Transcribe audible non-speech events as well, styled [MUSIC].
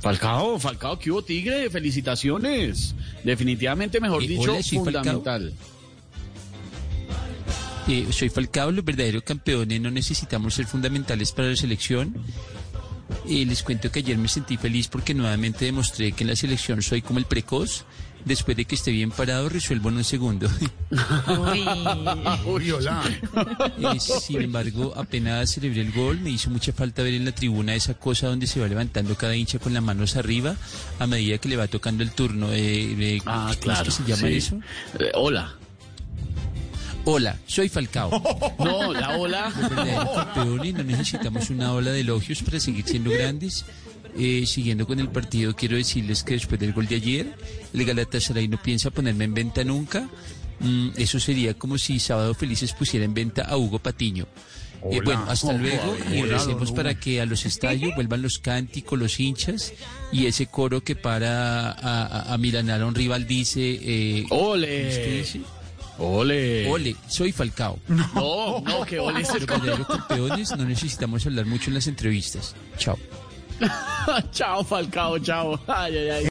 Falcao, Falcao, que hubo Tigre, felicitaciones. Definitivamente, mejor Eh, dicho, hola, soy Falcao. fundamental. Eh, soy Falcao, los verdaderos campeones, no necesitamos ser fundamentales para la selección. Eh, les cuento que ayer me sentí feliz porque nuevamente demostré que en la selección soy como el precoz. Después de que esté bien parado, resuelvo en un segundo. [LAUGHS] Uy, hola. Eh, sin embargo, apenas celebré el gol, me hizo mucha falta ver en la tribuna esa cosa donde se va levantando cada hincha con las manos arriba a medida que le va tocando el turno. Eh, eh, ¿cómo Ah, es que claro. se llama sí. eso? Eh, hola. Hola, soy Falcao. No, la hola. verdaderos campeones, no necesitamos una ola de elogios para seguir siendo grandes. Eh, siguiendo con el partido, quiero decirles que después del gol de ayer, el Galatasaray no piensa ponerme en venta nunca. Mm, eso sería como si Sábado Felices pusiera en venta a Hugo Patiño. Eh, Hola. bueno, hasta Hola, luego y hola, recemos don para Hugo. que a los estadios vuelvan los cánticos, los hinchas y ese coro que para a, a- a milanar a un rival dice... Eh, ¿cómo es que Ole. dice? Eh, Ole. Ole, soy Falcao. No, no, que ole es el [LAUGHS] [LAUGHS] Los verdaderos campeones no necesitamos hablar mucho en las entrevistas. Chao. chao, Falcao, chao. Ay, ay, ay.